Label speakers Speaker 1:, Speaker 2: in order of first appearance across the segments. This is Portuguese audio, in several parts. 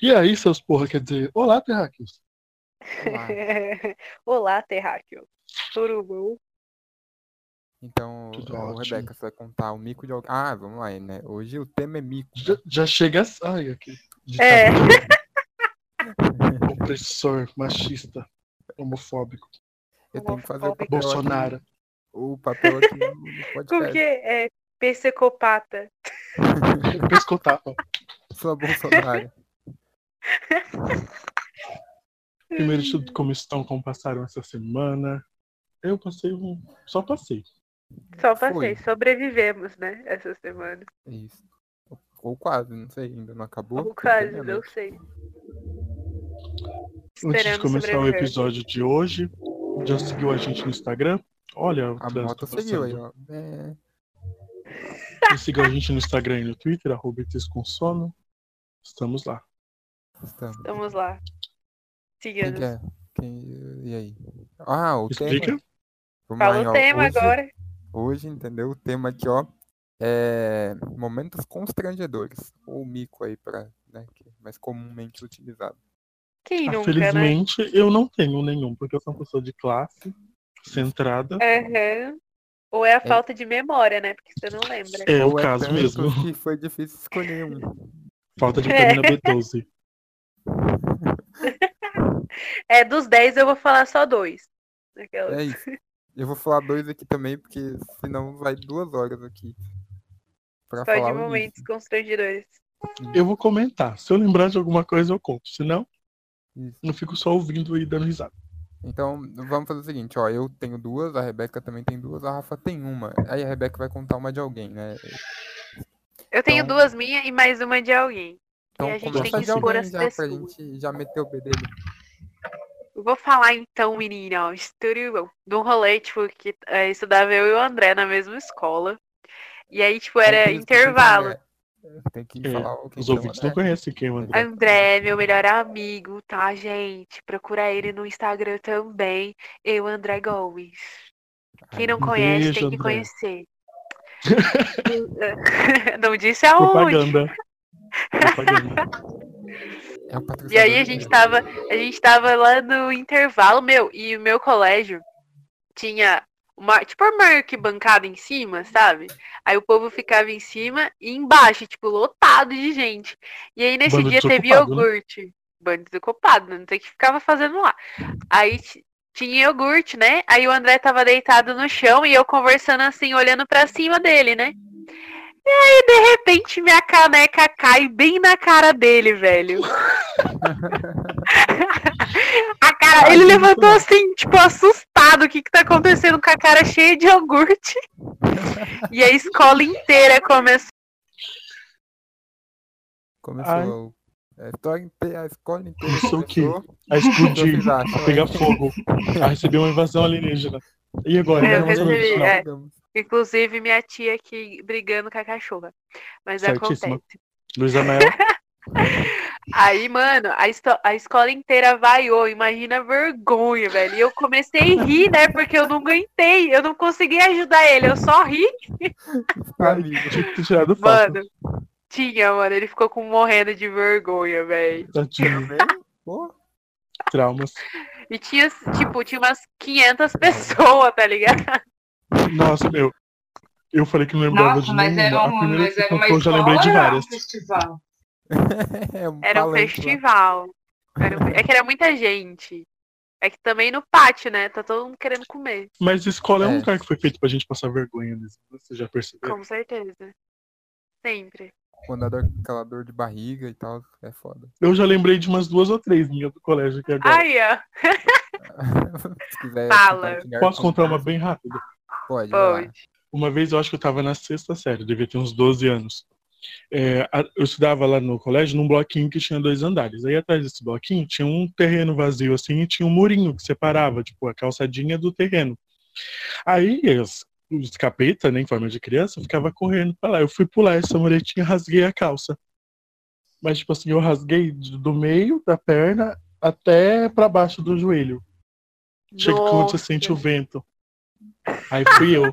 Speaker 1: E aí, seus porra, quer dizer, olá, terráqueos.
Speaker 2: Olá, Terráqueo. Tudo bom?
Speaker 3: Então,
Speaker 1: Tudo
Speaker 3: o
Speaker 1: ótimo.
Speaker 3: Rebeca, você vai contar o mico de alguém. Ah, vamos lá, né? Hoje o tema é mico.
Speaker 1: Já, já chega... as- Ai, aqui.
Speaker 2: É.
Speaker 1: Opressor, machista, homofóbico,
Speaker 3: Eu tenho que fazer o papel
Speaker 1: Bolsonaro.
Speaker 3: aqui, o papel aqui no
Speaker 2: Como
Speaker 3: podcast.
Speaker 2: que é? É Psicopata.
Speaker 1: Pescotapa.
Speaker 3: Sou Bolsonaro.
Speaker 1: Primeiro de tudo, como estão, como passaram essa semana? Eu passei um... Só passei.
Speaker 2: Só passei,
Speaker 3: Foi.
Speaker 2: sobrevivemos, né? Essa semana.
Speaker 3: É Isso. Ou- Ou quase, não sei, ainda não acabou.
Speaker 2: Ou quase,
Speaker 3: Entendeu?
Speaker 2: não sei.
Speaker 1: Antes de
Speaker 2: Esperamos
Speaker 1: começar o
Speaker 2: sobreviver.
Speaker 1: episódio de hoje, já seguiu a gente no Instagram? Olha, o
Speaker 3: A
Speaker 1: trânsito
Speaker 3: moto seguiu aí,
Speaker 1: passando.
Speaker 3: ó. É,
Speaker 1: E siga a gente no Instagram e no Twitter, arroba ETs com sono. Estamos lá.
Speaker 3: estamos.
Speaker 2: Estamos lá.
Speaker 3: Quem que
Speaker 2: Siga-nos.
Speaker 3: é? Quem- E aí? Ah, o
Speaker 1: Explica?
Speaker 3: tema. Vamos lá,
Speaker 2: Fala
Speaker 3: hein, ó.
Speaker 2: o tema
Speaker 3: Hoje-
Speaker 2: agora.
Speaker 3: Hoje, entendeu? O tema aqui, ó, é momentos constrangedores, ou mico aí, pra, né, que é mais comumente utilizado.
Speaker 2: Quem
Speaker 1: Ah,
Speaker 2: nunca, né?
Speaker 1: Felizmente, eu não tenho nenhum, porque eu sou uma pessoa de classe, centrada.
Speaker 2: Aham. Ou é a falta de memória, né? Porque você não lembra.
Speaker 1: É, o
Speaker 3: Ou
Speaker 1: caso
Speaker 3: tanto
Speaker 1: mesmo.
Speaker 3: que foi difícil escolher um.
Speaker 1: Falta de vitamina B12.
Speaker 2: É, dos 10 eu vou falar só dois. Aquelas.
Speaker 3: É isso. Eu vou falar dois aqui também, porque senão vai duas horas aqui. Pra
Speaker 2: Só de
Speaker 1: um.
Speaker 3: falar o
Speaker 2: momentos constrangedores.
Speaker 1: Eu vou comentar. Se eu lembrar de alguma coisa, eu conto. Se não,
Speaker 3: início. Isso.
Speaker 1: não fico só ouvindo e dando risada.
Speaker 3: Então, vamos fazer o seguinte, ó, eu tenho duas, a Rebeca também tem duas, a Rafa tem uma. Aí a Rebeca vai contar uma de alguém, né?
Speaker 2: Eu tenho
Speaker 3: Então-
Speaker 2: duas minhas e mais uma de alguém.
Speaker 3: Então,
Speaker 2: a gente
Speaker 3: começa
Speaker 1: tem que
Speaker 3: de
Speaker 2: expor
Speaker 3: alguém
Speaker 2: as
Speaker 3: já, pra
Speaker 2: pessoas.
Speaker 3: gente já meter o bedelho.
Speaker 2: Eu Vou falar então, menina, ó, história de um rolê, tipo, que é, estudava eu e o André na mesma escola. E aí, tipo,
Speaker 3: Tem
Speaker 2: era
Speaker 3: que- tem que
Speaker 2: intervalo.
Speaker 3: lembrar. Tem que
Speaker 1: É,
Speaker 3: falar o que
Speaker 1: Os
Speaker 3: que é o
Speaker 1: ouvintes
Speaker 3: André.
Speaker 1: não conhecem quem é o André.
Speaker 2: André, meu melhor amigo, tá, gente? Procura ele no Instagram também. Eu, André Gomes. Quem não
Speaker 1: Um
Speaker 2: conhece,
Speaker 1: beijo,
Speaker 2: tem que
Speaker 1: André.
Speaker 2: conhecer. não disse aonde.
Speaker 1: Propaganda. Propaganda.
Speaker 3: É
Speaker 2: E aí a
Speaker 3: o patrocinador
Speaker 2: gente
Speaker 3: dele.
Speaker 2: tava, a gente tava lá no intervalo, meu, e o meu colégio tinha uma, tipo uma arquibancada em cima, sabe? Aí o povo ficava em cima e embaixo, tipo, lotado de gente. E aí nesse
Speaker 1: Bando
Speaker 2: dia teve
Speaker 1: desocupado, né?
Speaker 2: iogurte. Bando desocupado, né? não sei o que ficava fazendo lá. Aí ti- tinha iogurte, né? Aí o André tava deitado no chão e eu conversando assim, olhando pra cima dele, né? E aí, de repente, minha caneca cai bem na cara dele, velho. A cara, ele
Speaker 1: Ai,
Speaker 2: levantou
Speaker 1: muito
Speaker 2: assim, tipo, assustado. O que que tá acontecendo com a cara cheia de iogurte? E a escola inteira começou. tá-
Speaker 3: Começou.
Speaker 1: Ai.
Speaker 3: o- é, tô inte- a escola inteira.
Speaker 1: Começou o quê?
Speaker 3: começou.
Speaker 1: A
Speaker 3: O que vocês
Speaker 1: explodir,
Speaker 3: acham,
Speaker 1: a pegar
Speaker 3: hein?
Speaker 1: fogo, a receber uma invasão alienígena. E agora?
Speaker 2: É, eu
Speaker 1: Não, não, não,
Speaker 2: recebi,
Speaker 1: não.
Speaker 2: é. Inclusive, minha tia aqui brigando com a cachorra. Mas
Speaker 1: Certíssima.
Speaker 2: acontece.
Speaker 1: Luiz Anael,
Speaker 2: Aí, mano, a, esto- a escola inteira vaiou, imagina a vergonha, velho. E eu comecei a rir, né? Porque eu não aguentei, eu não consegui ajudar ele, eu só ri,
Speaker 3: é.
Speaker 1: ai, eu tinha que ter tirado foto.
Speaker 2: mano. Tinha, mano, ele ficou com morrendo de vergonha, velho.
Speaker 1: tá, Tadinho,
Speaker 3: Pô,
Speaker 1: traumas.
Speaker 2: E tinha, tipo, tinha umas 500 pessoas, tá ligado?
Speaker 1: Nossa, meu. Eu falei que não lembrava de
Speaker 4: Nossa, mas
Speaker 1: nenhuma.
Speaker 4: era,
Speaker 1: a
Speaker 4: um,
Speaker 1: primeira
Speaker 4: mas
Speaker 1: que
Speaker 4: era uma
Speaker 1: contou, eu já lembrei
Speaker 4: escola
Speaker 1: de
Speaker 4: ou era
Speaker 1: várias.
Speaker 4: um festival?
Speaker 3: é um
Speaker 2: Era um
Speaker 3: palanque lá.
Speaker 2: festival. Era um- É que era muita gente. É que também no pátio, né? Tá todo mundo querendo comer,
Speaker 1: Mas escola é um
Speaker 3: É.
Speaker 1: lugar que foi feito pra gente passar vergonha mesmo. né? Você já percebeu?
Speaker 2: com certeza. Sempre.
Speaker 3: Quando dá aquela dor de barriga e tal, é foda.
Speaker 1: Eu já lembrei de umas duas ou três minhas do colégio aqui agora.
Speaker 2: Aí, ó.
Speaker 3: Se quiser
Speaker 2: Fala.
Speaker 3: compartilhar
Speaker 1: Posso
Speaker 3: com-
Speaker 1: contar uma bem rápida?
Speaker 3: Pode. vai lá.
Speaker 2: Pode.
Speaker 1: Uma vez eu acho que eu tava na sexta série, devia ter uns 12 anos. É, a- eu estudava lá no colégio num bloquinho que tinha dois andares. Aí atrás desse bloquinho tinha um terreno vazio assim e tinha um murinho que separava, tipo, a calçadinha do terreno. Aí as- os capeta, né, em forma de criança, ficava correndo pra lá. Eu fui pular essa muretinha e rasguei a calça. Mas, tipo assim, eu rasguei de- do meio da perna um até pra baixo do joelho. Chega quando você sente o vento. Aí fui eu.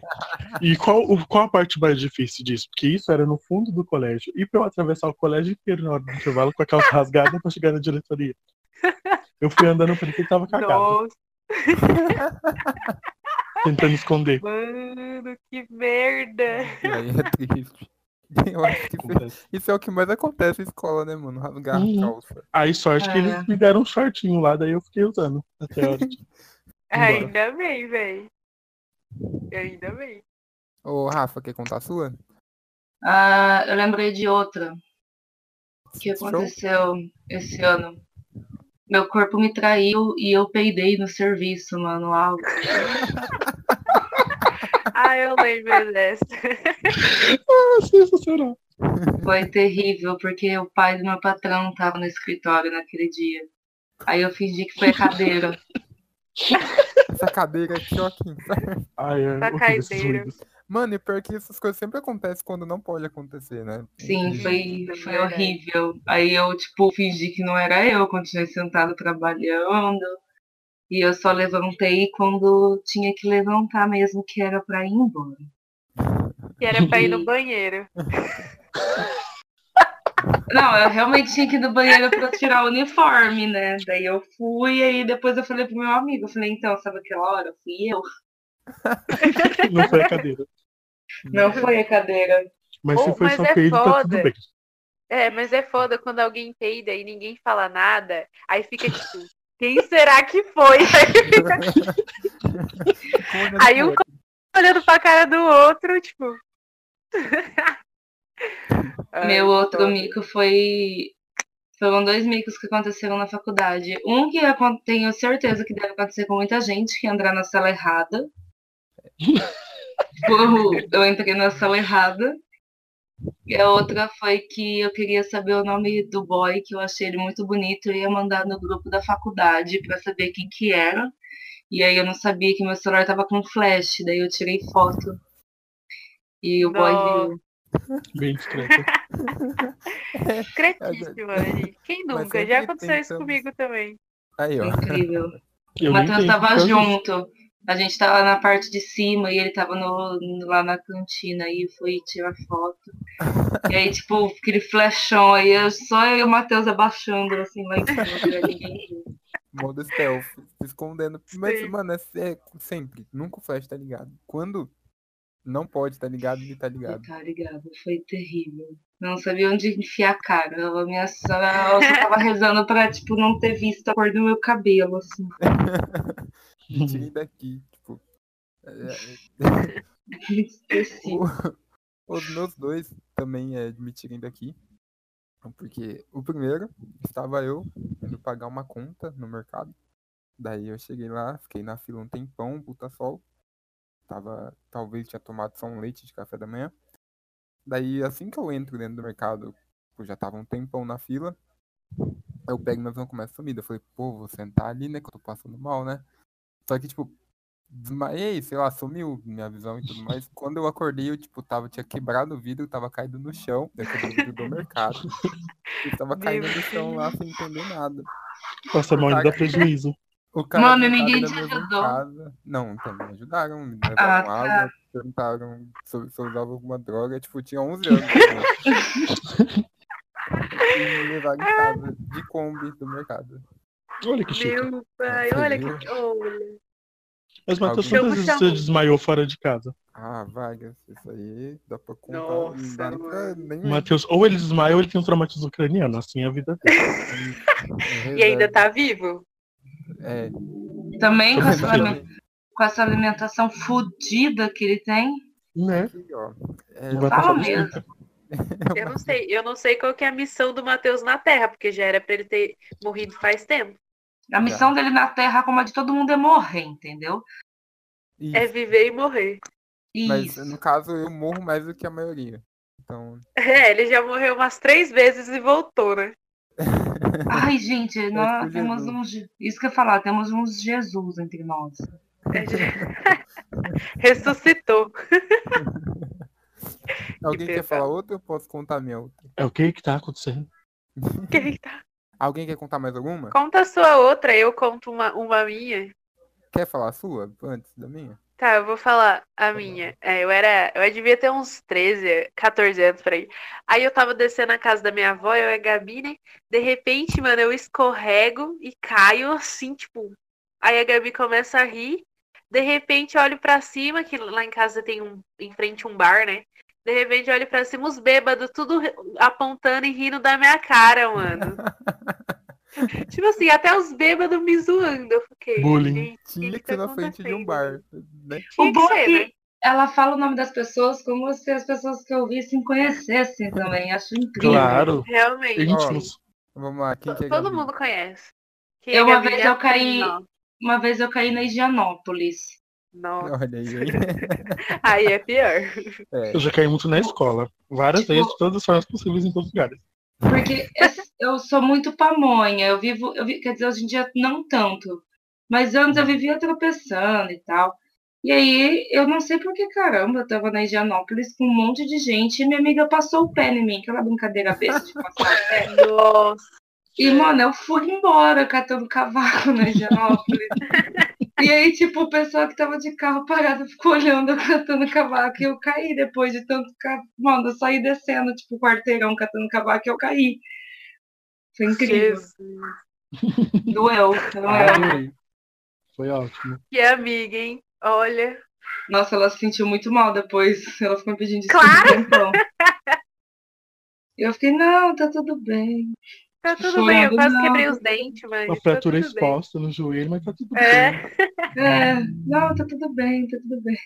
Speaker 1: E qual, o- qual a parte mais difícil disso? Porque isso era no fundo do colégio. E pra eu atravessar o colégio inteiro na hora do intervalo com a calça rasgada pra chegar na diretoria. Eu fui andando, eu falei que ele tava cagado,
Speaker 2: Nossa,
Speaker 1: tentando esconder.
Speaker 2: mano, que merda.
Speaker 3: E aí é triste. Eu acho que isso- isso é o que mais acontece em escola, né, mano? Rasgar
Speaker 1: Uhum.
Speaker 3: a calça.
Speaker 1: Aí sorte que
Speaker 2: É.
Speaker 1: eles me deram um shortinho lá, daí eu fiquei usando até a hora de...
Speaker 2: Ainda bem, velho. Ainda bem.
Speaker 3: Ô, Rafa, quer contar a sua?
Speaker 4: Ah, eu lembrei de outra que
Speaker 3: Show?
Speaker 4: aconteceu esse ano. Meu corpo me traiu e eu peidei no serviço, mano. Au.
Speaker 2: Ah, eu lembro dessa.
Speaker 1: Ah, sensacional.
Speaker 4: Foi terrível, porque o pai do meu patrão tava no escritório naquele dia. Aí eu fingi que foi a cadeira.
Speaker 3: Essa cadeira aqui, ó, aqui.
Speaker 1: Ai, eu
Speaker 2: Tá
Speaker 1: odeio esses
Speaker 2: caideira.
Speaker 1: ruídos.
Speaker 3: Mano, e pior que essas coisas sempre acontecem quando não pode acontecer, né?
Speaker 4: Sim, foi,
Speaker 2: Isso é
Speaker 4: foi
Speaker 2: verdade.
Speaker 4: horrível. Aí eu, tipo, fingi que não era eu, continuei sentado trabalhando. E eu só levantei quando tinha que levantar mesmo, que era pra ir embora.
Speaker 2: Que era pra ir no banheiro.
Speaker 4: Não, eu realmente tinha que ir no banheiro pra tirar o uniforme, né? Daí eu fui e depois eu falei pro meu amigo, eu falei, então, sabe aquela hora? Fui eu.
Speaker 1: Não foi a cadeira.
Speaker 4: Não foi a cadeira.
Speaker 1: Mas se
Speaker 2: Oh,
Speaker 1: foi
Speaker 2: mas
Speaker 1: só
Speaker 2: é
Speaker 1: peido, tá tudo
Speaker 2: foda.
Speaker 1: bem.
Speaker 2: É, mas é foda quando alguém peida e ninguém fala nada. Aí fica tipo, quem será que foi? Aí fica Aí um olhando pra cara do outro, tipo. Ai,
Speaker 4: meu outro
Speaker 2: foda.
Speaker 4: mico foi. Foram dois micos que aconteceram na faculdade. Um que acon- tenho certeza que deve acontecer com muita gente, que é entrar na sala errada. Burro, eu entrei na sala errada. E a outra foi que eu queria saber o nome do boy, que eu achei ele muito bonito, e ia mandar no grupo da faculdade pra saber quem que era. E aí eu não sabia que meu celular tava com flash, daí eu tirei foto. E o boy
Speaker 2: Nossa.
Speaker 4: veio.
Speaker 1: Bem discreto.
Speaker 2: Cretíssima, gente. Quem
Speaker 3: Mas
Speaker 2: nunca?
Speaker 4: é
Speaker 3: sempre
Speaker 2: Já aconteceu isso
Speaker 3: tentamos.
Speaker 2: comigo também.
Speaker 3: Aí, ó.
Speaker 4: Incrível.
Speaker 1: Eu nem
Speaker 4: O Matheus
Speaker 1: entendi
Speaker 4: tava
Speaker 1: tanto.
Speaker 4: junto. A gente tava na parte de cima e ele tava no- no- lá na cantina e foi tirar foto. E aí, tipo, aquele flechão aí, eu- só eu e o Matheus abaixando, assim, lá em cima, pra ninguém ver.
Speaker 3: Modo stealth, se escondendo. Mas,
Speaker 2: Sim.
Speaker 3: mano, é, é sempre. Nunca o flash tá ligado. Quando não pode, tá ligado? Ele tá ligado.
Speaker 4: Tá ligado? Foi terrível. Eu não sabia onde enfiar a cara. Eu, minha, só, eu só tava rezando pra, tipo, não ter visto a cor do meu cabelo, assim.
Speaker 3: Me tirem daqui, tipo. é, é,
Speaker 4: Esqueci.
Speaker 3: o- os meus dois também é de me tirem daqui. Então, Porque o primeiro, estava eu indo pagar uma conta no mercado. Daí eu cheguei lá, fiquei na fila um tempão, puta sol. Tava, talvez tinha tomado só um leite de café da manhã. Daí assim que eu entro dentro do mercado, eu já tava um tempão na fila. Eu pego meu vão começa a sumir. daí Eu falei, pô, vou sentar ali, né? Que eu tô passando mal, né? Só que, tipo, desmaiei, sei lá, sumiu minha visão e tudo mais. Quando eu acordei, eu, tipo, tava, tinha quebrado o vidro, tava caído no chão. Eu quebrei o vidro do mercado. E tava
Speaker 2: Meu
Speaker 3: caindo no chão lá sem entender nada.
Speaker 1: Passa mal e dá prejuízo.
Speaker 3: O cara
Speaker 4: Mano,
Speaker 3: do
Speaker 4: ninguém
Speaker 3: cara
Speaker 4: te
Speaker 3: da minha
Speaker 4: ajudou.
Speaker 3: bancada- Não, então me ajudaram, me levaram
Speaker 4: Ah,
Speaker 3: água, perguntaram se eu, se eu usava alguma droga, tipo, eu tinha 11 anos. né? e me levaram em casa, de Kombi do mercado.
Speaker 1: Olha que chique.
Speaker 2: Meu pai,
Speaker 3: Nossa,
Speaker 2: olha
Speaker 3: viu?
Speaker 2: que. Olha.
Speaker 1: Mas, Matheus, quantas vezes
Speaker 3: Alguém-
Speaker 2: Chama,
Speaker 1: você
Speaker 2: chama.
Speaker 1: desmaiou fora de casa?
Speaker 3: Ah, Vargas, isso aí dá pra contar.
Speaker 2: Nossa,
Speaker 3: não dá pra nem
Speaker 1: Matheus, ou ele desmaia ou ele tem um traumatismo ucraniano. Assim é a vida dele.
Speaker 2: E ainda tá vivo?
Speaker 3: É,
Speaker 4: Também com
Speaker 1: Também
Speaker 4: essa,
Speaker 1: tá vivo.
Speaker 4: alime- com essa alimentação fodida que ele tem.
Speaker 1: Né?
Speaker 3: aqui, ó. É,
Speaker 1: Não vai passar
Speaker 4: Fala mesmo.
Speaker 1: desculpa.
Speaker 2: Eu não sei, eu não sei qual que é a missão do Matheus na Terra, porque já era pra ele ter morrido faz tempo.
Speaker 3: Tá.
Speaker 4: A missão dele na Terra, como a de todo mundo, é morrer, entendeu?
Speaker 3: isso.
Speaker 2: É viver e morrer.
Speaker 3: Mas
Speaker 4: Isso.
Speaker 3: no caso eu morro mais do que a maioria. Então,
Speaker 2: É, ele já morreu umas três vezes e voltou, né?
Speaker 4: Ai, gente,
Speaker 3: por
Speaker 4: nós temos
Speaker 3: Jesus.
Speaker 4: um. Je- Isso que eu ia falar, temos um Jesus entre nós.
Speaker 2: É, Ressuscitou.
Speaker 3: alguém quer
Speaker 2: pesado.
Speaker 3: falar outro? Eu posso contar minha outra.
Speaker 1: É o que que tá acontecendo?
Speaker 2: Quem tá-
Speaker 3: Alguém quer contar mais alguma?
Speaker 2: Conta a sua outra, eu conto uma, uma minha.
Speaker 3: Quer falar a sua antes da minha?
Speaker 2: Tá, eu vou falar a minha. É, eu era. Eu devia ter uns 13, 14 anos por aí. Aí eu tava descendo a casa da minha avó, eu e a Gabi, né? De repente, mano, eu escorrego e caio assim, tipo. Aí a Gabi começa a rir. De repente, eu olho pra cima, que lá em casa tem um. Em frente um bar, né? De repente, eu olho pra cima, os bêbados, tudo apontando e rindo da minha cara, mano. tipo assim, até os bêbados me zoando. Eu fiquei.
Speaker 1: Bullying.
Speaker 2: "Gente, o que
Speaker 3: Tinha que
Speaker 2: tá
Speaker 3: ser na frente de um
Speaker 2: acontecendo?"
Speaker 3: bar. Né?
Speaker 2: Tinha
Speaker 4: O bom
Speaker 2: que ser,
Speaker 4: é que
Speaker 2: né?
Speaker 4: ela fala o nome das pessoas como se as pessoas que eu vissem conhecessem também. Acho incrível.
Speaker 1: Claro,
Speaker 2: Realmente.
Speaker 1: íntimos.
Speaker 3: Vamos lá, quem que é
Speaker 2: Todo
Speaker 3: Gabi?
Speaker 2: mundo conhece. Quem
Speaker 4: Eu,
Speaker 2: é
Speaker 4: uma
Speaker 2: Gabi
Speaker 4: vez,
Speaker 2: já
Speaker 4: eu caí-
Speaker 2: sabe,
Speaker 4: Uma vez eu caí na Higienópolis.
Speaker 2: Não. Não.
Speaker 3: Olha aí, hein?
Speaker 2: Aí é pior.
Speaker 3: É,
Speaker 1: Eu já caí muito na escola. Várias
Speaker 4: Tipo-
Speaker 1: vezes, de todas as formas possíveis em todos os lugares.
Speaker 4: Porque es- eu sou muito pamonha. Eu vivo, eu vi- quer dizer, hoje em dia não tanto. Mas antes eu vivia tropeçando e tal. E aí, eu não sei por que caramba, eu tava na Higienópolis com um monte de gente e minha amiga passou o pé em mim, aquela brincadeira besta de passar o pé.
Speaker 2: Nossa. É.
Speaker 4: E, mano, eu fui embora catando cavalo na Higienópolis. e aí, tipo, o pessoal que tava de carro parado ficou olhando eu catando cavaco. E eu caí depois de tanto. Ca... Mano, eu saí descendo, tipo, o quarteirão catando cavaco e eu caí. Foi incrível.
Speaker 2: Jesus.
Speaker 4: Doeu, doeu.
Speaker 1: Ah, Adorei. Foi ótimo.
Speaker 2: Que amiga, hein? Olha.
Speaker 4: Nossa, ela se sentiu muito mal depois. Ela ficou me pedindo desculpa.
Speaker 2: Claro.
Speaker 4: um tempão. E Eu fiquei, não, tá tudo bem.
Speaker 2: Tá tudo bem, eu
Speaker 4: Chorando,
Speaker 2: quase
Speaker 4: não.
Speaker 2: quebrei os dentes, mas.
Speaker 1: Uma
Speaker 2: tá
Speaker 1: fratura
Speaker 2: tudo bem.
Speaker 1: exposta no joelho, mas tá tudo
Speaker 2: É.
Speaker 1: bem.
Speaker 4: É, não, tá tudo bem, tá tudo bem.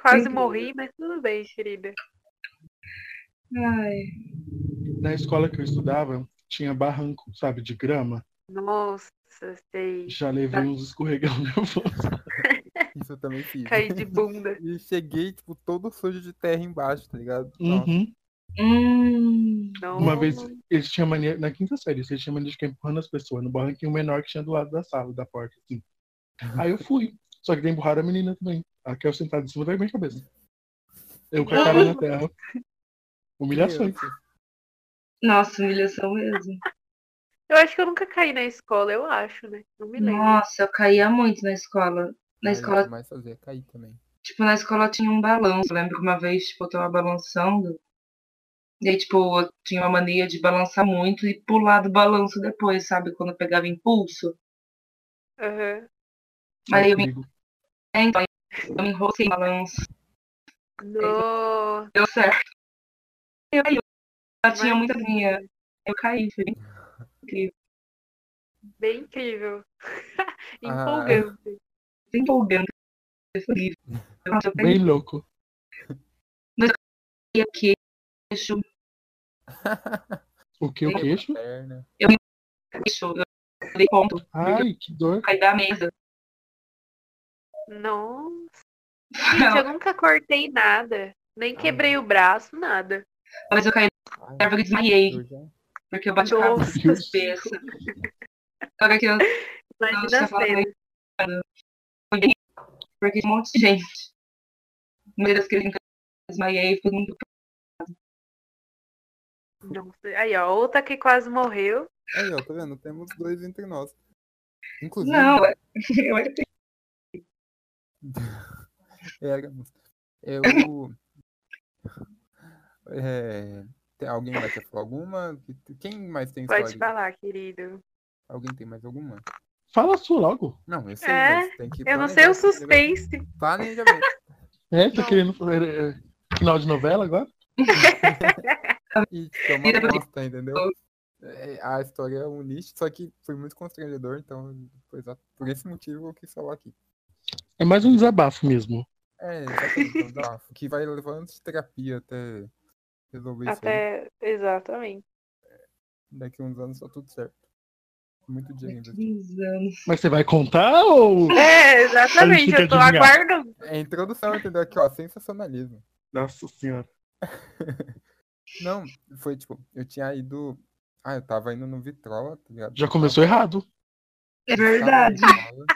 Speaker 2: Quase
Speaker 4: Incrível.
Speaker 2: morri, mas tudo bem, querida.
Speaker 4: Ai.
Speaker 1: Na escola que eu estudava, tinha barranco, sabe, de grama.
Speaker 2: Nossa, sei.
Speaker 1: Já
Speaker 2: Tá.
Speaker 1: levei uns escorregão nervoso.
Speaker 3: É, isso eu também fiz.
Speaker 2: Caí de bunda.
Speaker 3: E cheguei, tipo, todo sujo de terra embaixo, tá ligado? Nossa,
Speaker 1: Uhum.
Speaker 4: Hum.
Speaker 1: Uma vez, eles tinham mania, na quinta série, eles tinham mania de ficar empurrando as pessoas no barranquinho menor que tinha do lado da sala, da porta, assim. Aí eu fui. Só que daí empurraram a menina também. Ela caiu sentada em cima da minha cabeça. Eu com a cara na terra. Humilhações.
Speaker 3: criança.
Speaker 4: Nossa, humilhação mesmo.
Speaker 2: Eu acho que eu nunca caí na escola, eu acho, né? Não me lembro.
Speaker 4: Nossa, eu caía muito na escola. Na
Speaker 3: Aí, o
Speaker 4: escola,
Speaker 3: que mais fazer é cair também.
Speaker 4: tipo, na escola tinha um balanço. Eu lembro que uma vez, tipo, eu tava balançando. E aí, tipo, eu tinha uma mania de balançar muito e pular do balanço depois, sabe? Quando eu pegava impulso.
Speaker 2: Aham.
Speaker 4: Mas eu me,
Speaker 1: Comigo.
Speaker 4: é, então, eu me enrolei no balanço.
Speaker 2: Nossa.
Speaker 4: Deu certo. Eu caí. Ela tinha muita linha. Eu caí, foi bem incrível.
Speaker 2: Bem incrível.
Speaker 3: Ah.
Speaker 2: Empolgante.
Speaker 4: Bem empolgante. né? Foi incrível. Nossa, eu caí
Speaker 1: Bem louco.
Speaker 4: aqui. Deixa
Speaker 1: O que? O queixo?
Speaker 3: Perna.
Speaker 4: eu eu dei ponto.
Speaker 1: Ai, que dor.
Speaker 4: Caí da mesa.
Speaker 2: Nossa. Gente, eu nunca cortei nada.
Speaker 1: Ah.
Speaker 2: Nem quebrei o braço, nada.
Speaker 4: Mas eu caí
Speaker 3: Ai,
Speaker 4: na árvore e desmaiei,
Speaker 3: eu já-
Speaker 4: porque eu bati a
Speaker 2: Nossa.
Speaker 4: cabeça nas peças. Agora que eu
Speaker 2: Imagina a
Speaker 4: Nossa, fala
Speaker 2: cena.
Speaker 4: porque tinha um monte de gente. No meio das crianças, eu desmaiei, todo mundo.
Speaker 2: Nossa. Aí, ó, outra que quase morreu.
Speaker 3: Aí, ó, tá vendo? Temos dois entre nós. Inclusive,
Speaker 4: Não, eu é era pequena.
Speaker 3: éramos. É, Eu. É, tem- Alguém vai querer falar alguma? Quem mais tem história?
Speaker 2: Pode falar, querido.
Speaker 3: Alguém tem mais alguma?
Speaker 1: Fala a sua logo.
Speaker 3: Não, eu sei.
Speaker 2: É,
Speaker 3: mas tem que
Speaker 2: Eu não sei o
Speaker 1: né?
Speaker 3: planejar,
Speaker 2: suspense.
Speaker 3: Planejamento.
Speaker 1: É, tá
Speaker 2: Não.
Speaker 1: querendo fazer é, final de novela agora?
Speaker 3: E tipo, é
Speaker 4: Vira
Speaker 3: uma
Speaker 4: pra-
Speaker 3: bosta, entendeu? É, A história é um lixo, só que foi muito constrangedor, então foi exa- por esse motivo eu quis falar aqui.
Speaker 1: É mais um desabafo mesmo.
Speaker 3: É, exatamente, então, dá, que vai levando anos de terapia até resolver isso aí.
Speaker 2: Até. Exatamente.
Speaker 3: Daqui uns anos tá tudo certo. Muito dinheiro investido.
Speaker 4: Uns anos.
Speaker 1: Mas você vai contar ou.
Speaker 2: É, exatamente.
Speaker 1: Aí fica
Speaker 2: Eu tô
Speaker 1: adivinhado.
Speaker 2: aguardando.
Speaker 3: É a introdução, entendeu? Aqui, ó, sensacionalismo.
Speaker 1: Nossa senhora.
Speaker 3: Não, foi tipo, eu tinha ido. Ah, eu tava indo no Vitrola, tá ligado?
Speaker 1: Já começou errado.
Speaker 4: É
Speaker 3: Tava no
Speaker 4: verdade.
Speaker 3: Vitrola.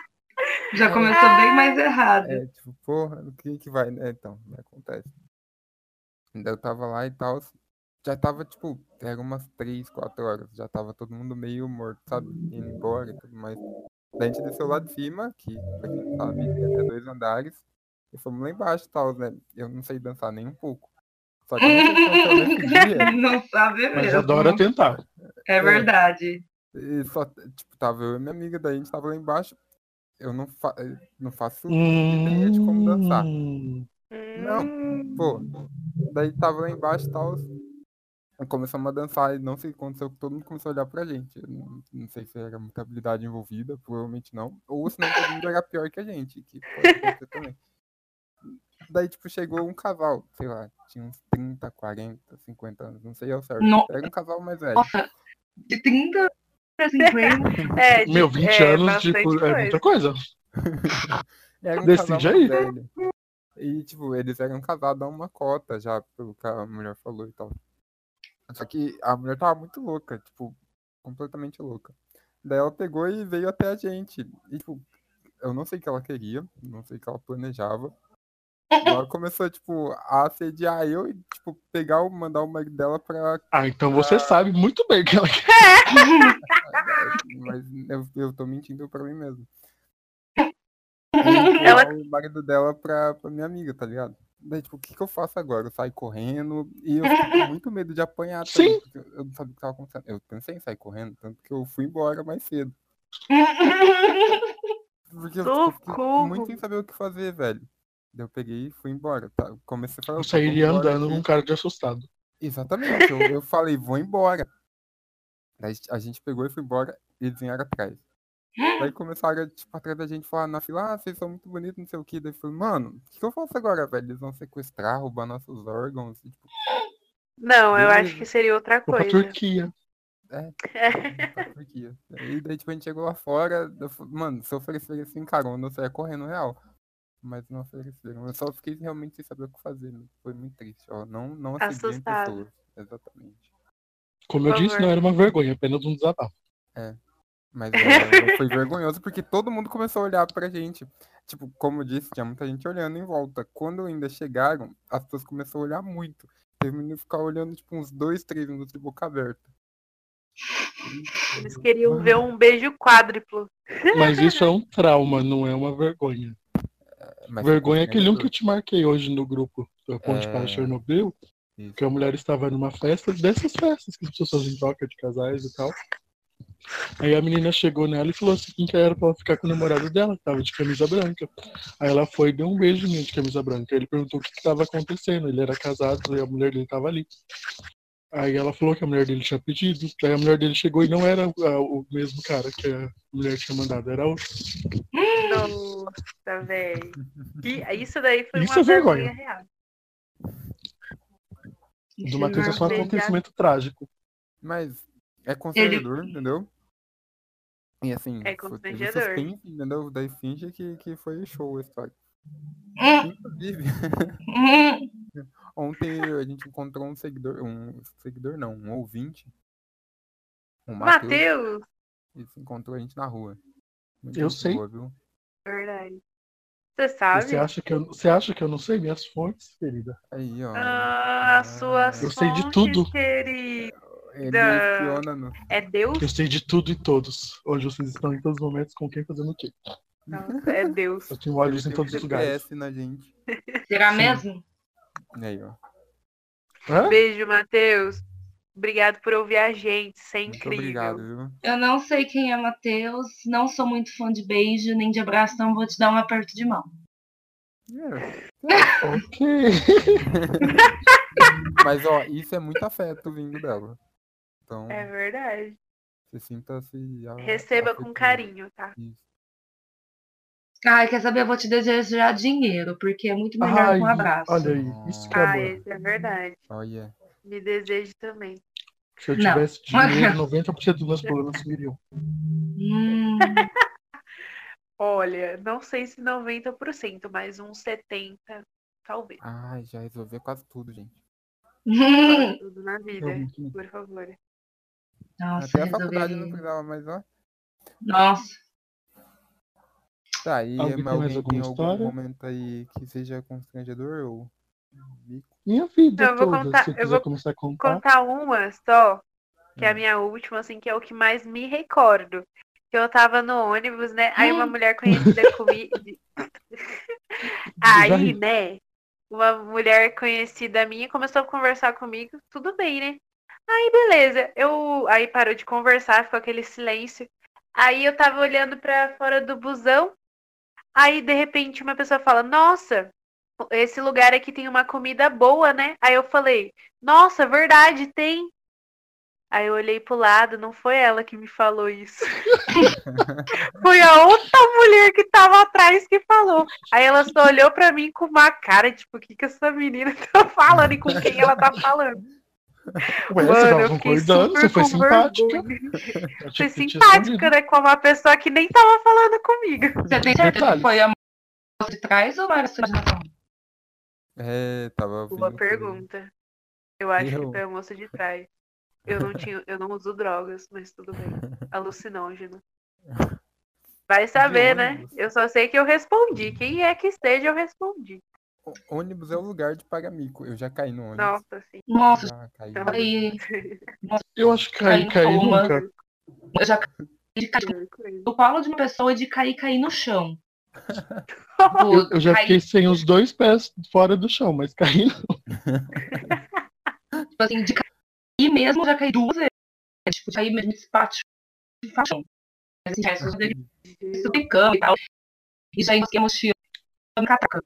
Speaker 4: Já começou bem mais errado.
Speaker 3: É, tipo, porra, o que que vai, né? Então, acontece. Daí eu tava lá e tal. Já tava, tipo, era umas 3, 4 horas. Já tava todo mundo meio morto, sabe? Indo embora e tudo mais. Daí a gente desceu lá de cima, que pra quem não sabe, tem até dois andares. E fomos lá embaixo e tal, né? Eu não sei dançar nem um pouco. Só que eu não sei se eu nesse dia.
Speaker 4: Não sabe mesmo.
Speaker 1: Mas adora tentar.
Speaker 4: É verdade.
Speaker 3: E só, tipo, tava eu e minha amiga, daí a gente tava lá embaixo. Eu não, fa eu não faço ideia de como dançar.
Speaker 1: Hum,
Speaker 3: Não, pô. Daí tava lá embaixo e tal. aí Começamos a dançar e não sei o que aconteceu, que todo mundo começou a olhar pra gente. Eu não, não sei se era muita habilidade envolvida, provavelmente não. Ou se não, todo mundo era pior que a gente, que pode acontecer também. Daí, tipo, chegou um casal, sei lá, tinha uns 30, 40, 50 anos, não sei ao certo.
Speaker 4: No-
Speaker 3: Era um casal mais velho.
Speaker 4: Nossa, de 30 pra 50.
Speaker 2: É, de-
Speaker 1: Meu, 20
Speaker 2: é,
Speaker 1: anos,
Speaker 2: bastante
Speaker 1: tipo, é muita coisa.
Speaker 3: Era um
Speaker 1: Decide
Speaker 3: casal
Speaker 1: aí.
Speaker 3: mais velho. E, tipo, eles eram casados há uma cota já, pelo que a mulher falou e tal. Só que a mulher tava muito louca, tipo, completamente louca. Daí ela pegou e veio até a gente. E, tipo, eu não sei o que ela queria, não sei o que ela planejava. E ela começou, tipo, a assediar eu e, tipo, pegar o, mandar o marido dela pra.
Speaker 1: Ah, então você sabe muito bem que ela quer.
Speaker 3: Mas eu, eu tô mentindo pra mim mesmo.
Speaker 2: Ela-
Speaker 3: ela... o marido dela pra, pra minha amiga, tá ligado? Daí, tipo, o que, que eu faço agora? Eu saio correndo e eu fico com muito medo de apanhar também, porque eu- eu não sabia o que tava acontecendo. Eu pensei em sair correndo, tanto que eu fui embora mais cedo. Porque eu tipo, fiquei
Speaker 2: Socorro!
Speaker 3: muito sem saber o que fazer, velho. Daí eu peguei e fui embora. Tá? Comecei a falar.
Speaker 1: Eu
Speaker 3: "Tá, vamos
Speaker 1: sairia
Speaker 3: embora
Speaker 1: andando
Speaker 3: aqui."
Speaker 1: com um cara de assustado.
Speaker 3: Exatamente, eu, eu falei, vou embora. Daí a gente pegou e foi embora e eles vieram atrás. Daí começaram, tipo, atrás da gente falar na fila, ah, vocês são muito bonitos, não sei o que. Daí eu falei, mano, o que, que eu faço agora, velho? Eles vão sequestrar, roubar nossos órgãos. E, tipo,
Speaker 2: Não, eu
Speaker 3: Hum.
Speaker 2: acho que seria outra
Speaker 1: Vou pra
Speaker 2: coisa.
Speaker 1: Turquia.
Speaker 3: pra Turquia. E daí, tipo, a gente chegou lá fora, eu falei, mano, se oferecerem carona, eu saia correndo real. Mas não ofereceram. Eu só fiquei realmente sem saber o que fazer. né? Foi muito triste, ó. Não, não assediem
Speaker 2: Assustado.
Speaker 3: pessoas. Exatamente.
Speaker 1: Como eu
Speaker 2: Por
Speaker 1: disse,
Speaker 2: favor.
Speaker 1: não era uma vergonha, apenas um desabafo.
Speaker 3: Mas é, foi vergonhoso porque todo mundo começou a olhar pra gente. Tipo, como eu disse, tinha muita gente olhando em volta. Quando ainda chegaram, as pessoas começaram a olhar muito. Teve menino ficar olhando, tipo, uns dois, três minutos de boca aberta.
Speaker 2: Eles queriam ver um beijo quádruplo.
Speaker 1: Mas isso é um trauma, não é uma vergonha.
Speaker 3: Mas
Speaker 1: vergonha é
Speaker 3: ficou
Speaker 1: aquele um
Speaker 3: constrangedor.
Speaker 1: que eu te marquei hoje no grupo da Ponte
Speaker 3: É.
Speaker 1: para Chernobyl,
Speaker 3: Isso.
Speaker 1: que a mulher estava numa festa, dessas festas que as pessoas fazem troca de casais e tal. Aí a menina chegou nela e falou assim que era pra ela ficar com o namorado dela, que tava de camisa branca. Aí ela foi e deu um beijo em mim de camisa branca. Ele perguntou o que estava acontecendo. Ele era casado e a mulher dele tava ali. Aí ela falou que a mulher dele tinha pedido. Aí a mulher dele chegou e não era ah, o mesmo cara que a mulher tinha mandado, era outro.
Speaker 2: Nossa, velho. Isso daí foi
Speaker 1: Isso
Speaker 2: uma
Speaker 1: é vergonha.
Speaker 2: vergonha real.
Speaker 1: Do Matheus é só um
Speaker 2: Vergonha.
Speaker 1: acontecimento trágico.
Speaker 3: Mas é constrangedor, entendeu? E assim,
Speaker 2: É
Speaker 3: fo- teve
Speaker 2: constrangedor.
Speaker 3: suspense, entendeu? Daí finge que, que foi show a história.
Speaker 2: É.
Speaker 4: Hum.
Speaker 3: Inclusive,
Speaker 4: Hum.
Speaker 3: Ontem a gente encontrou um seguidor, um seguidor não, um ouvinte. O Matheus.
Speaker 2: Matheus!
Speaker 3: Ele se encontrou a gente na rua. Muito
Speaker 1: Eu
Speaker 3: gente
Speaker 1: sei.
Speaker 3: boa, viu?
Speaker 2: Verdade. Você sabe?
Speaker 1: Você acha, que eu, você acha que eu não sei minhas fontes, querida?
Speaker 3: Aí, ó.
Speaker 2: Ah, suas
Speaker 1: Eu sei de
Speaker 2: fontes,
Speaker 1: tudo.
Speaker 2: querido.
Speaker 3: Ele
Speaker 2: da-
Speaker 3: espiona no.
Speaker 2: É Deus?
Speaker 1: Eu sei de tudo e todos. Hoje vocês estão em todos os momentos com quem fazendo o quê.
Speaker 2: Nossa, é Deus.
Speaker 1: Eu tenho olhos em
Speaker 3: ele tem
Speaker 1: todos
Speaker 3: um
Speaker 1: os lugares.
Speaker 3: GPS na gente.
Speaker 4: Será
Speaker 1: Sim.
Speaker 4: mesmo?
Speaker 3: Aí, ó.
Speaker 1: Hã?
Speaker 2: Beijo, Matheus. Obrigado por ouvir a gente. Isso é
Speaker 3: Muito
Speaker 2: incrível.
Speaker 3: obrigado, viu?
Speaker 4: Eu não sei quem é Matheus, não sou muito fã de beijo nem de abraço, então vou te dar um aperto de mão.
Speaker 3: É.
Speaker 1: Ok.
Speaker 3: Mas, ó, isso é muito afeto vindo dela. Então,
Speaker 2: É verdade.
Speaker 3: você sinta-se. a-
Speaker 2: Receba com
Speaker 3: afetivo.
Speaker 2: carinho, tá?
Speaker 3: Isso.
Speaker 4: Ai, quer saber? Eu vou te desejar dinheiro, porque é muito melhor
Speaker 1: Ai,
Speaker 4: com um abraço.
Speaker 1: olha aí. Isso que é
Speaker 2: Ah,
Speaker 1: amor.
Speaker 2: isso é verdade.
Speaker 3: Olha.
Speaker 2: Me desejo também.
Speaker 1: Se eu
Speaker 4: Não.
Speaker 1: tivesse dinheiro, 90% dos meus problemas sumiriam.
Speaker 4: Hum,
Speaker 2: Olha, não sei se 90%, mas uns 70%, talvez.
Speaker 3: Ai, já resolveu quase tudo, gente.
Speaker 2: Quase Tudo na vida,
Speaker 1: Realmente. né?
Speaker 2: por favor.
Speaker 4: Nossa,
Speaker 3: Até a faculdade não
Speaker 4: resolveria.
Speaker 3: precisava, mas, ó.
Speaker 4: Nossa.
Speaker 3: Tá,
Speaker 1: Alguém
Speaker 3: e
Speaker 1: tem
Speaker 3: alguém,
Speaker 1: mais
Speaker 3: alguém
Speaker 1: alguma
Speaker 3: tem algum
Speaker 1: história?
Speaker 3: momento aí que seja constrangedor ou
Speaker 1: Minha vida
Speaker 2: Eu vou
Speaker 1: toda.
Speaker 2: contar-
Speaker 1: Se eu
Speaker 2: eu
Speaker 1: quiser
Speaker 2: vou
Speaker 1: começar a contar.
Speaker 2: Contar uma só, que é a
Speaker 3: Hum.
Speaker 2: minha última, assim, que é o que mais me recordo. Que que eu tava no ônibus, né? Aí uma mulher conhecida comigo. Aí, né? Uma mulher conhecida minha começou a conversar comigo, tudo bem, né? Aí, beleza. Eu aí parou de conversar, ficou aquele silêncio. Aí eu tava olhando pra fora do busão. Aí, de repente, uma pessoa fala: "Nossa, esse lugar aqui tem uma comida boa, né?" Aí eu falei: "Nossa, verdade, tem". Aí eu olhei pro lado, não foi ela que me falou isso. foi a outra mulher que tava atrás que falou. Aí ela só olhou pra mim com uma cara, tipo, o que que essa menina tá falando e com quem ela tá falando?
Speaker 1: Ué, você tava concordando, você foi simpática. Eu
Speaker 2: Foi
Speaker 1: achei que Tipo, tinha
Speaker 2: simpática,
Speaker 1: sumido.
Speaker 2: né? Com uma pessoa que nem tava falando comigo.
Speaker 4: Você tem certeza
Speaker 1: Detalhe.
Speaker 4: que foi a moça de trás ou era a sua de razão?
Speaker 3: É, tava.
Speaker 2: Boa
Speaker 3: vindo com-
Speaker 2: pergunta. Eu acho
Speaker 3: Eu.
Speaker 2: que foi a moça de trás. Eu não tinha, eu não uso drogas, mas tudo bem. Alucinógeno. Vai saber, né?
Speaker 3: ônibus.
Speaker 2: Eu só sei que eu respondi. Quem é que esteja, eu respondi.
Speaker 3: Ô- Ônibus é o lugar de pagar mico. Eu já caí no ônibus.
Speaker 2: Nossa, assim.
Speaker 4: Nossa,
Speaker 3: Já caí.
Speaker 2: Então,
Speaker 4: aí.
Speaker 1: Eu acho que caí,
Speaker 4: Caí
Speaker 1: caí
Speaker 4: no coma.
Speaker 1: nunca.
Speaker 4: Eu já caí de cair do colo de uma pessoa e de cair, cair no chão.
Speaker 1: Eu, eu já
Speaker 4: Caí,
Speaker 1: fiquei sem os dois pés fora do chão, mas caí. não.
Speaker 4: tipo assim, de cair mesmo, eu já caí duas vezes. Tipo, de cair mesmo, despate de chão. Mas, assim, já, isso eu subi cama e tal. E já enrosquei a mochila. no cataca.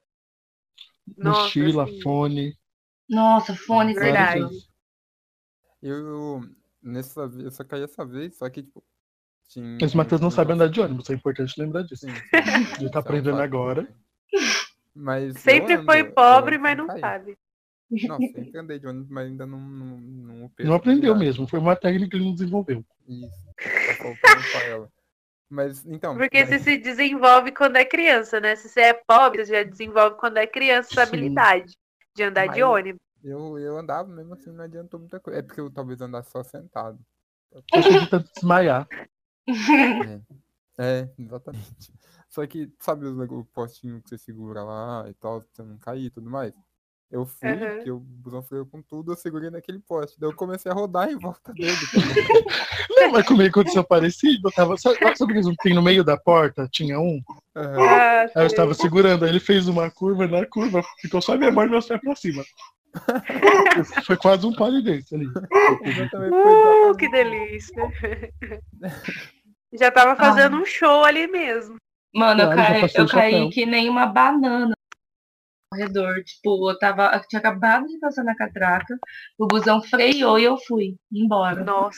Speaker 2: Nossa,
Speaker 1: Mochila,
Speaker 2: assim.
Speaker 1: fone.
Speaker 4: Nossa, fone,
Speaker 1: várias
Speaker 2: Verdade.
Speaker 4: cara.
Speaker 1: coisas.
Speaker 3: tipo, Eu, nessa, vez- eu só caí essa vez, só que, tipo. Tinha
Speaker 1: Mas o Matheus não
Speaker 3: um
Speaker 1: sabe andar de
Speaker 3: negócio-
Speaker 1: ônibus, é importante lembrar disso.
Speaker 3: Sim,
Speaker 1: Ele tá
Speaker 3: Isso é um
Speaker 1: aprendendo
Speaker 3: fato.
Speaker 1: agora.
Speaker 3: Mas eu
Speaker 2: Sempre
Speaker 3: ando,
Speaker 2: foi
Speaker 3: eu
Speaker 1: É,
Speaker 2: pobre,
Speaker 3: ando
Speaker 2: mas
Speaker 3: sem
Speaker 2: não
Speaker 1: tá
Speaker 3: cair.
Speaker 2: sabe.
Speaker 3: Não, sempre andei de ônibus, mas ainda não. Não, não, operei
Speaker 1: Não aprendeu
Speaker 3: nada.
Speaker 1: mesmo, foi uma técnica que ele não desenvolveu.
Speaker 3: Isso. Tá faltando pra ela. Mas, então.
Speaker 2: Porque
Speaker 3: daí-
Speaker 2: você se desenvolve quando é criança, né? Se você é pobre, você já desenvolve quando é criança essa
Speaker 1: Sim.
Speaker 2: habilidade de andar de
Speaker 3: Mas-
Speaker 2: ônibus.
Speaker 3: Eu, eu andava mesmo assim, não adiantou muita coisa. É porque eu talvez andasse só sentado.
Speaker 1: Você evita desmaiar.
Speaker 3: É, exatamente. Só que, sabe os nego- o postinho que você segura lá e tal, pra você não cair e tudo mais? Eu fui,
Speaker 2: Aham.
Speaker 3: porque o busão freou com tudo, eu segurei naquele poste. Daí eu comecei a rodar em volta dele.
Speaker 1: Não, mas comigo aconteceu parecido. Eu tava, sabe, sabe aqueles que tem no meio da porta? Tinha um.
Speaker 3: Aham.
Speaker 2: Ah,
Speaker 1: Aí eu estava segurando, aí ele fez uma curva, na curva ficou só minha mão e meus pés pra cima. Foi quase um polidense ali.
Speaker 3: O meu também foi
Speaker 2: Uh,
Speaker 3: exatamente-
Speaker 2: que delícia! Já tava fazendo um show ali mesmo.
Speaker 4: Mano, eu
Speaker 1: Claro, já
Speaker 4: caí,
Speaker 1: passei
Speaker 4: eu
Speaker 1: o
Speaker 4: caí
Speaker 1: chapéu.
Speaker 4: que nem uma banana no corredor. Tipo, eu tava. Eu tinha acabado de passar na catraca, o busão freou e eu fui embora.
Speaker 2: Nossa,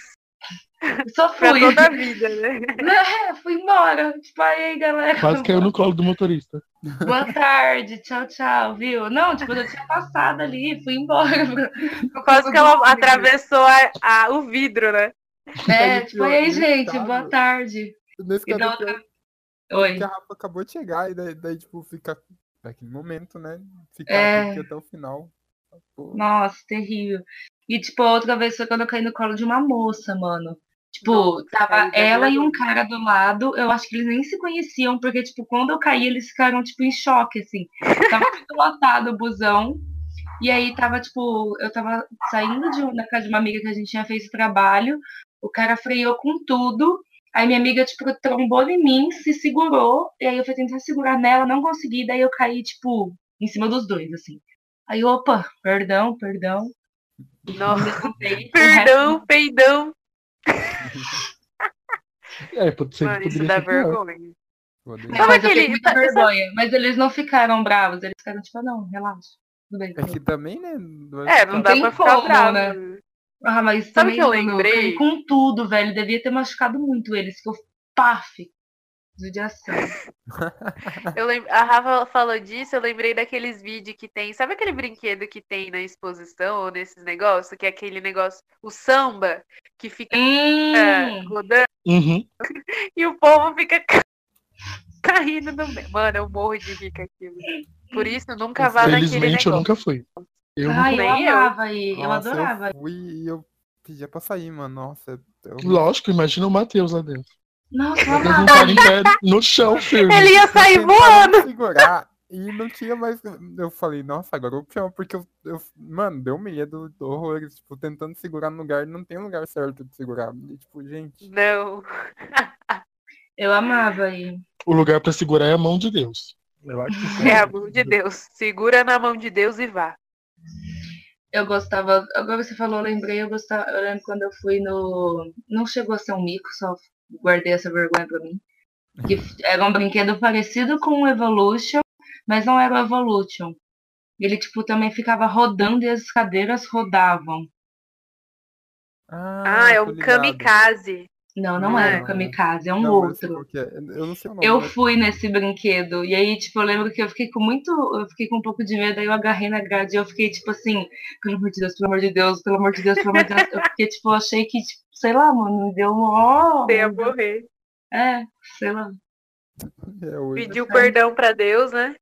Speaker 4: Só
Speaker 2: pra
Speaker 4: fui.
Speaker 2: toda a vida, né?
Speaker 4: É, fui embora. Tipo, aí, galera.
Speaker 1: Quase caiu no colo do motorista.
Speaker 4: Boa tarde, tchau, tchau, viu? Não, tipo, eu tinha passado ali, fui embora. Tipo,
Speaker 2: Por causa que ela atravessou a- a- o vidro, né?
Speaker 4: É,
Speaker 3: Mas o
Speaker 4: tipo,
Speaker 3: pior
Speaker 4: e aí,
Speaker 3: é que
Speaker 4: gente,
Speaker 3: tava-
Speaker 4: boa tarde.
Speaker 3: Nesse
Speaker 4: E
Speaker 3: caso,
Speaker 4: da
Speaker 3: o pior é
Speaker 4: outra. Oi.
Speaker 3: que a Rafa acabou de chegar, e daí, daí, tipo, fica naquele momento, né? Ficar
Speaker 4: É.
Speaker 3: aqui até o final. Pô,
Speaker 4: Nossa, terrível. E, tipo, a outra vez foi quando eu caí no colo de uma moça, mano. Tipo,
Speaker 2: Nossa,
Speaker 4: tava
Speaker 2: caí da
Speaker 4: ela e
Speaker 2: minha
Speaker 4: um cara do lado, eu acho que eles nem se conheciam, porque, tipo, quando eu caí, eles ficaram, tipo, em choque, assim. Tava tudo lotado o busão. E aí tava, tipo, eu tava saindo de um- da casa de uma amiga que a gente tinha feito trabalho, o cara freou com tudo. Aí minha amiga, tipo, trombou em mim, se segurou, e aí eu fui tentar segurar nela, não consegui, daí eu caí, tipo, em cima dos dois, assim. Aí, opa, perdão, perdão.
Speaker 2: Nossa,
Speaker 4: Levantei, o resto-
Speaker 2: perdão, peidão.
Speaker 1: É, pode ser
Speaker 2: Mano,
Speaker 1: que
Speaker 2: isso
Speaker 1: poderia
Speaker 2: dá
Speaker 1: ser pior.
Speaker 2: vergonha.
Speaker 3: vou deixar.
Speaker 4: Não, mas eu
Speaker 2: aquele-
Speaker 4: fiquei
Speaker 2: tá-
Speaker 4: muita
Speaker 2: tá-
Speaker 4: vergonha. Mas eles não ficaram bravos, eles ficaram tipo, não, relaxa. Tudo bem.
Speaker 3: É que também, né? não vai
Speaker 2: É, não
Speaker 3: ficar-
Speaker 2: dá
Speaker 4: Tem
Speaker 2: pra ficar
Speaker 4: como,
Speaker 2: bravo.
Speaker 4: né? Ah, mas
Speaker 2: Sabe o que eu
Speaker 4: também, mano, caí
Speaker 2: lembrei?
Speaker 4: Com tudo, velho. Devia ter machucado muito eles. Ficou paf. Judiação.
Speaker 2: Eu lem- A Rafa falou disso, eu lembrei daqueles vídeos que tem. Sabe aquele brinquedo que tem na exposição ou nesses negócios? Que é aquele negócio, o samba, que fica é,
Speaker 4: Hum,
Speaker 2: rodando.
Speaker 1: Uhum.
Speaker 2: E o povo fica ca- caindo no meio. Mano, eu morro de rir com aquilo. Por isso, eu nunca vá naquele
Speaker 1: Felizmente
Speaker 2: negócio.
Speaker 1: eu nunca fui. Eu nunca-
Speaker 4: ai, eu
Speaker 2: Nem eu.
Speaker 4: amava aí. Eu
Speaker 3: Nossa,
Speaker 4: adorava.
Speaker 3: Eu fui e eu pedia pra sair, mano. Nossa, eu...
Speaker 1: Lógico, imagina o Matheus lá dentro.
Speaker 4: Nossa, eu
Speaker 1: Mas não
Speaker 4: amava.
Speaker 1: tava em pé, no chão firme.
Speaker 2: Ele ia sair
Speaker 3: tentava
Speaker 2: Tá voando.
Speaker 3: me segurar e não tinha mais. Eu falei, nossa, agora eu chamo, porque eu. eu- mano, deu um medo do horror, tipo, tentando segurar no lugar, não tem lugar certo de segurar. E, tipo, gente,
Speaker 2: Não.
Speaker 4: Eu amava ele.
Speaker 1: O lugar pra segurar é a mão de Deus. É lá que você-
Speaker 2: É a mão de Deus. Segura na mão de Deus e vá.
Speaker 4: Eu gostava. Agora você falou, eu lembrei, eu gostava. Eu lembro quando eu fui no. Não chegou a ser um mico, só guardei essa vergonha pra mim. Que f- era um brinquedo parecido com o Evolution, mas não era o Evolution. Ele, tipo, também ficava rodando e as cadeiras rodavam.
Speaker 2: Ah, é
Speaker 3: eu tô
Speaker 2: um
Speaker 3: ligado.
Speaker 2: kamikaze.
Speaker 4: Não, não
Speaker 2: Não
Speaker 4: era
Speaker 3: era.
Speaker 4: o kamikaze, é um
Speaker 3: Não, eu sei
Speaker 4: outro.
Speaker 3: qual que é. Eu não sei o nome.
Speaker 4: Eu
Speaker 3: mas-
Speaker 4: fui nesse brinquedo. E aí, tipo, eu lembro que eu fiquei com muito. Eu fiquei com um pouco de medo, aí eu agarrei na grade e eu fiquei, tipo assim, pelo amor de Deus, pelo amor de Deus, pelo amor de Deus, pelo amor de Deus. Eu fiquei, tipo, eu achei que, tipo, sei lá, mano, me deu mó.
Speaker 2: Você ia morrer.
Speaker 4: É, sei lá.
Speaker 3: É, o-
Speaker 2: Pediu perdão pra Deus, né?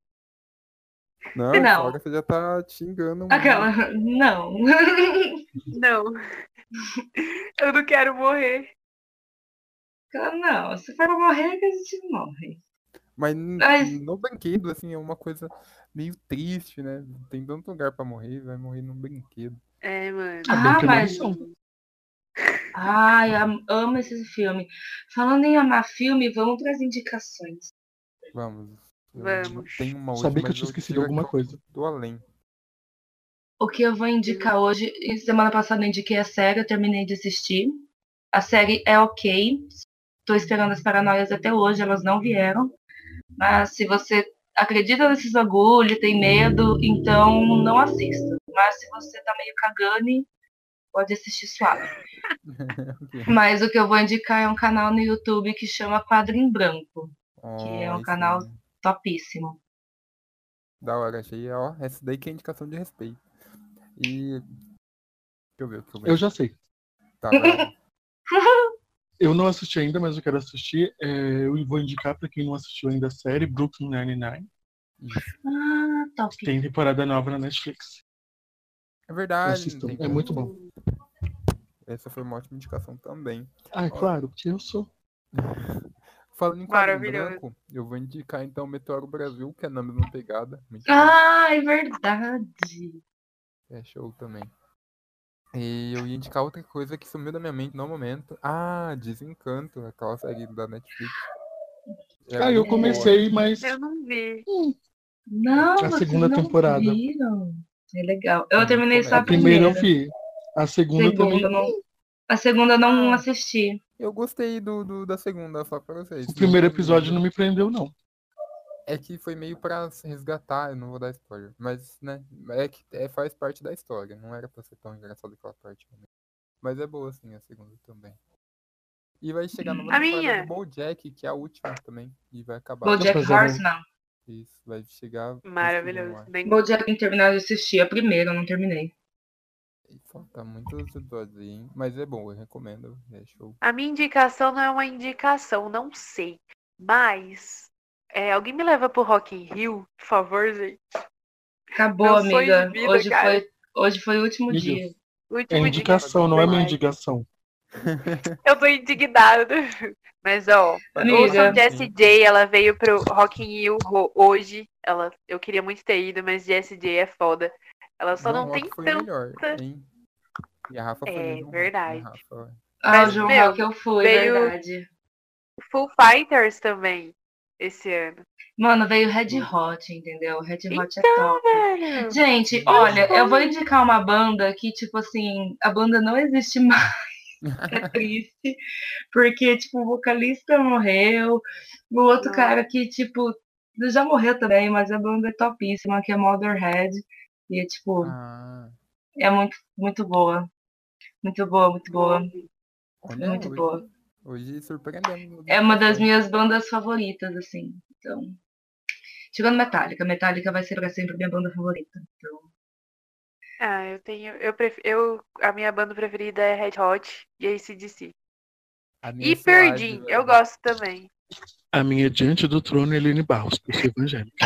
Speaker 3: Não,
Speaker 4: Não.
Speaker 3: agora você já tá te engano. mano.
Speaker 4: Aquela. Não.
Speaker 2: Não. Eu não quero morrer.
Speaker 4: Aquela, não. Se for morrer, é que a gente morre.
Speaker 3: Mas n-
Speaker 4: Mas-
Speaker 3: no brinquedo, assim, é uma coisa meio triste, né? Tem tanto lugar pra morrer, vai morrer num brinquedo.
Speaker 2: É, mano.
Speaker 1: Ah, bem premonição.
Speaker 4: Ai, am- amo esse filme. Falando em amar filme, vamos para as indicações.
Speaker 3: Vamos. Eu
Speaker 2: Vamos.
Speaker 3: Tenho uma hoje,
Speaker 1: Sabia que eu
Speaker 3: mas
Speaker 1: tinha esquecido
Speaker 3: tiro
Speaker 1: alguma
Speaker 3: aqui
Speaker 1: coisa.
Speaker 3: Do além.
Speaker 4: O que eu vou indicar hoje, e semana passada eu indiquei a série, eu terminei de assistir. A série é ok. Tô esperando as paranoias até hoje, elas não vieram. Mas se você acredita nesses bagulho, tem medo, então não assista. Mas se você tá meio cagane, pode assistir suave. Mas o que eu vou indicar é um canal no YouTube que chama Quadro em Branco. é
Speaker 3: Ó,
Speaker 4: um
Speaker 3: isso
Speaker 4: canal-
Speaker 3: aí.
Speaker 4: Topíssimo.
Speaker 3: Da hora, achei, ó. Essa daí que é indicação de respeito. E. Deixa eu ver o que eu vou
Speaker 1: Eu já sei.
Speaker 3: Tá, vai.
Speaker 1: Eu não assisti ainda, mas eu quero assistir. É, eu vou indicar pra quem não assistiu ainda a série Brooklyn Nine-Nine.
Speaker 4: Ah, top.
Speaker 1: Tem temporada nova na Netflix.
Speaker 3: É
Speaker 2: Ah,
Speaker 3: verdade.
Speaker 1: Assistam,
Speaker 3: não tem
Speaker 1: é
Speaker 3: como.
Speaker 1: muito bom.
Speaker 3: Essa foi uma ótima indicação também.
Speaker 1: Ah, é claro, porque eu sou.
Speaker 3: Falando em quadro
Speaker 2: Maravilhoso.
Speaker 3: branco, eu vou indicar então Meteoro Brasil, que é na mesma pegada. Muito bom,
Speaker 4: Ah, é verdade.
Speaker 3: É show também. E eu ia indicar outra coisa que sumiu da minha mente no momento. Ah, Desencanto, aquela série da Netflix. É
Speaker 1: ah, eu
Speaker 3: muito boa.
Speaker 1: comecei, mas
Speaker 2: Eu não vi.
Speaker 4: Não,
Speaker 1: A
Speaker 4: vocês
Speaker 1: segunda
Speaker 4: não
Speaker 1: temporada.
Speaker 4: viram. É legal.
Speaker 3: É
Speaker 4: Eu
Speaker 3: muito
Speaker 4: terminei só
Speaker 3: legal.
Speaker 1: a
Speaker 4: a
Speaker 1: primeira
Speaker 4: primeira.
Speaker 1: eu vi. A segunda
Speaker 4: Segunda
Speaker 1: também.
Speaker 4: eu não- A segunda eu
Speaker 2: Ah.
Speaker 4: não assisti.
Speaker 3: Eu gostei do, do- da segunda, só pra vocês.
Speaker 1: O primeiro
Speaker 3: Não-
Speaker 1: episódio não me prendeu, não.
Speaker 3: É que foi meio pra se resgatar, eu não vou dar spoiler. Mas, né, é que é, faz parte da história. Não era pra ser tão engraçado aquela parte. né? Mas é boa, assim, a segunda também. E vai chegar numa
Speaker 2: A
Speaker 3: temporada
Speaker 2: minha.
Speaker 3: do BoJack, que é a última também. E vai acabar.
Speaker 4: BoJack
Speaker 1: fazer um-
Speaker 4: Horseman.
Speaker 3: Isso, vai chegar... no
Speaker 2: Maravilhoso.
Speaker 3: segundo, eu
Speaker 2: Bem...
Speaker 4: BoJack tem terminado de assistir. A primeira eu não terminei.
Speaker 3: acho. E Falta muitos episódios aí, hein? Mas é bom, eu recomendo. É show.
Speaker 2: A minha indicação não é uma indicação, não sei. Mas. é, alguém me leva pro Rock in Rio, por favor, gente.
Speaker 4: Acabou,
Speaker 2: Meu sonho de
Speaker 4: amiga.
Speaker 2: vida,
Speaker 4: hoje,
Speaker 2: cara.
Speaker 4: foi... hoje foi o último
Speaker 1: Meu
Speaker 4: dia.
Speaker 1: Deus. É
Speaker 2: Último
Speaker 1: indicação, não é minha
Speaker 2: Ai,
Speaker 1: indicação.
Speaker 2: Eu tô indignada. Mas, ó,
Speaker 4: Amiga.
Speaker 2: ouçam
Speaker 3: assim,
Speaker 2: Jessie J, ela veio pro Rock in Rio ho- hoje. Ela, eu queria muito ter ido, mas Jessie J é foda. Ela só não,
Speaker 3: João
Speaker 2: tem
Speaker 3: Rock foi
Speaker 2: tanto.
Speaker 3: melhor, hein? E a Rafa foi
Speaker 2: É,
Speaker 3: no João Rock, né,
Speaker 2: verdade.
Speaker 3: Rafa?
Speaker 4: Ah, o
Speaker 2: Mas,
Speaker 4: João
Speaker 2: meu,
Speaker 4: Rock eu fui,
Speaker 2: veio-
Speaker 4: verdade.
Speaker 2: Full Fighters também, esse ano.
Speaker 4: Mano, veio Red
Speaker 1: Hum.
Speaker 4: Hot, entendeu? Red Hot é
Speaker 2: Então,
Speaker 4: top.
Speaker 2: Mano,
Speaker 4: Gente, olha, eu vou indicar uma banda que, tipo assim, a banda não existe mais. É triste. Porque, tipo, o vocalista morreu. O outro
Speaker 2: Nossa.
Speaker 4: cara que, tipo, já morreu também, mas a banda é topíssima, que é Motherhead. E é, tipo,
Speaker 3: Ah,
Speaker 4: é muito, muito boa. Muito boa, muito boa.
Speaker 3: olha,
Speaker 4: muito
Speaker 3: hoje-
Speaker 4: boa.
Speaker 3: Hoje surpreendemos.
Speaker 4: É uma
Speaker 3: Uhum.
Speaker 4: das minhas bandas favoritas, assim. Então. Tirando Metallica. Metallica vai ser pra sempre minha banda favorita.
Speaker 2: Ah, eu tenho. Eu pref... eu, a minha banda preferida é Red Hot e ACDC.
Speaker 3: A minha
Speaker 2: E
Speaker 3: Suave,
Speaker 2: Perdin,
Speaker 3: velho.
Speaker 2: eu gosto também.
Speaker 1: A minha é diante do trono Helene Barros, que eu sou evangélica.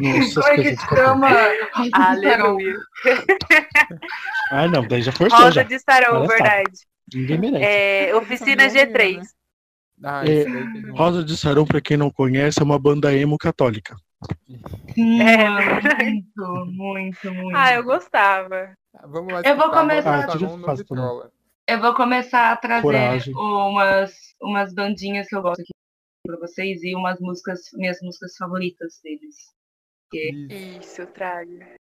Speaker 1: Nossa,
Speaker 4: Como
Speaker 1: as
Speaker 4: é que
Speaker 1: coisas.
Speaker 4: chama?
Speaker 2: Aleluia.
Speaker 1: Ah, não, daí já forçou
Speaker 2: Rosa
Speaker 1: já.
Speaker 2: de Sarão,
Speaker 1: Olha só.
Speaker 2: verdade.
Speaker 1: Ninguém merece.
Speaker 2: É, Oficina G3.
Speaker 3: Ah,
Speaker 1: É,
Speaker 3: isso daí fez um-
Speaker 1: Rosa de Sarão, pra quem não conhece, é uma banda emo católica.
Speaker 4: Sim,
Speaker 2: É,
Speaker 4: mano, muito, muito, muito.
Speaker 2: Ah, eu gostava.
Speaker 3: Ah, Vamos lá.
Speaker 4: Eu vou
Speaker 3: escutar a
Speaker 4: começar-
Speaker 3: Rosa
Speaker 1: Ah, tira
Speaker 3: Sarão no
Speaker 1: fácil também.
Speaker 3: Vitrola.
Speaker 4: Eu vou começar a trazer
Speaker 1: Coragem.
Speaker 4: umas umas bandinhas que eu gosto aqui pra vocês e umas músicas, minhas músicas favoritas deles.
Speaker 3: Isso.
Speaker 2: Isso, traga.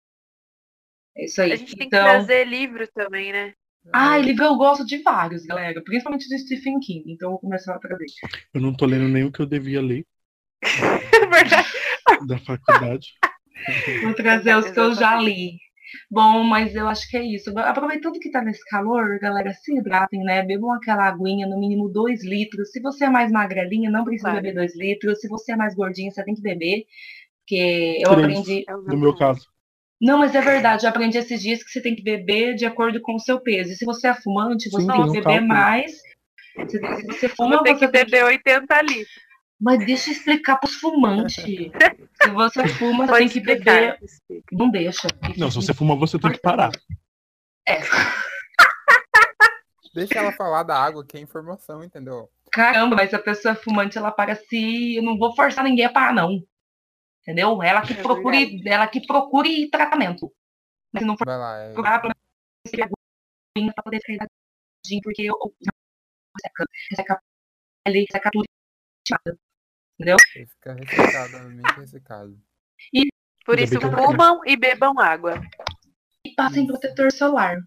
Speaker 4: É isso aí.
Speaker 2: A gente tem que
Speaker 4: então...
Speaker 2: trazer livro também, né?
Speaker 4: Ah, livro eu gosto de vários, galera. Principalmente do Stephen King. Então eu vou começar a trazer.
Speaker 1: Eu não tô lendo nem o que eu devia ler
Speaker 2: É verdade.
Speaker 1: da faculdade.
Speaker 4: Vou trazer os que eu já li. Bom, mas eu acho que é isso. Aproveitando que tá nesse calor, galera, se hidratem, né? Bebam aquela aguinha, no mínimo 2 litros. Se você é mais magrelinha, não precisa
Speaker 2: Claro.
Speaker 4: beber 2 litros. Se você é mais gordinha, você tem que beber. Porque eu
Speaker 1: Três.
Speaker 4: aprendi.
Speaker 2: É o
Speaker 1: No meu caso.
Speaker 4: Não, mas é verdade, eu aprendi esses dias que você tem que beber de acordo com o seu peso. E se você é fumante, você
Speaker 1: Sim,
Speaker 4: tem que
Speaker 1: não
Speaker 4: beber
Speaker 1: cálculo.
Speaker 4: mais. Se se você fuma,
Speaker 2: Vou ter que
Speaker 4: você tem que
Speaker 2: beber 80 litros.
Speaker 4: Mas deixa eu explicar pros fumantes. Se você fuma, você
Speaker 2: Pode
Speaker 4: tem que beber.
Speaker 2: explicar, explica.
Speaker 4: Não deixa.
Speaker 1: Não, se você fuma, você tem que parar.
Speaker 4: É.
Speaker 3: Deixa ela falar da água, que é informação, entendeu?
Speaker 4: Caramba, mas se a pessoa é fumante, ela para se. Eu não vou forçar ninguém a parar, não. Entendeu? Ela que
Speaker 2: É
Speaker 4: procure, ela que procure tratamento. Mas se não for
Speaker 3: Vai lá. é-
Speaker 4: procurar, pelo menos seria ruim pra poder ficar hidratadinho, porque eu seca, seca a pele, seca tudo.
Speaker 3: Ele fica ressecado, ambiente ressecado.
Speaker 2: Por
Speaker 1: Ainda
Speaker 2: isso,
Speaker 1: bem que eu-
Speaker 2: fumam e bebam água.
Speaker 4: E passem protetor solar.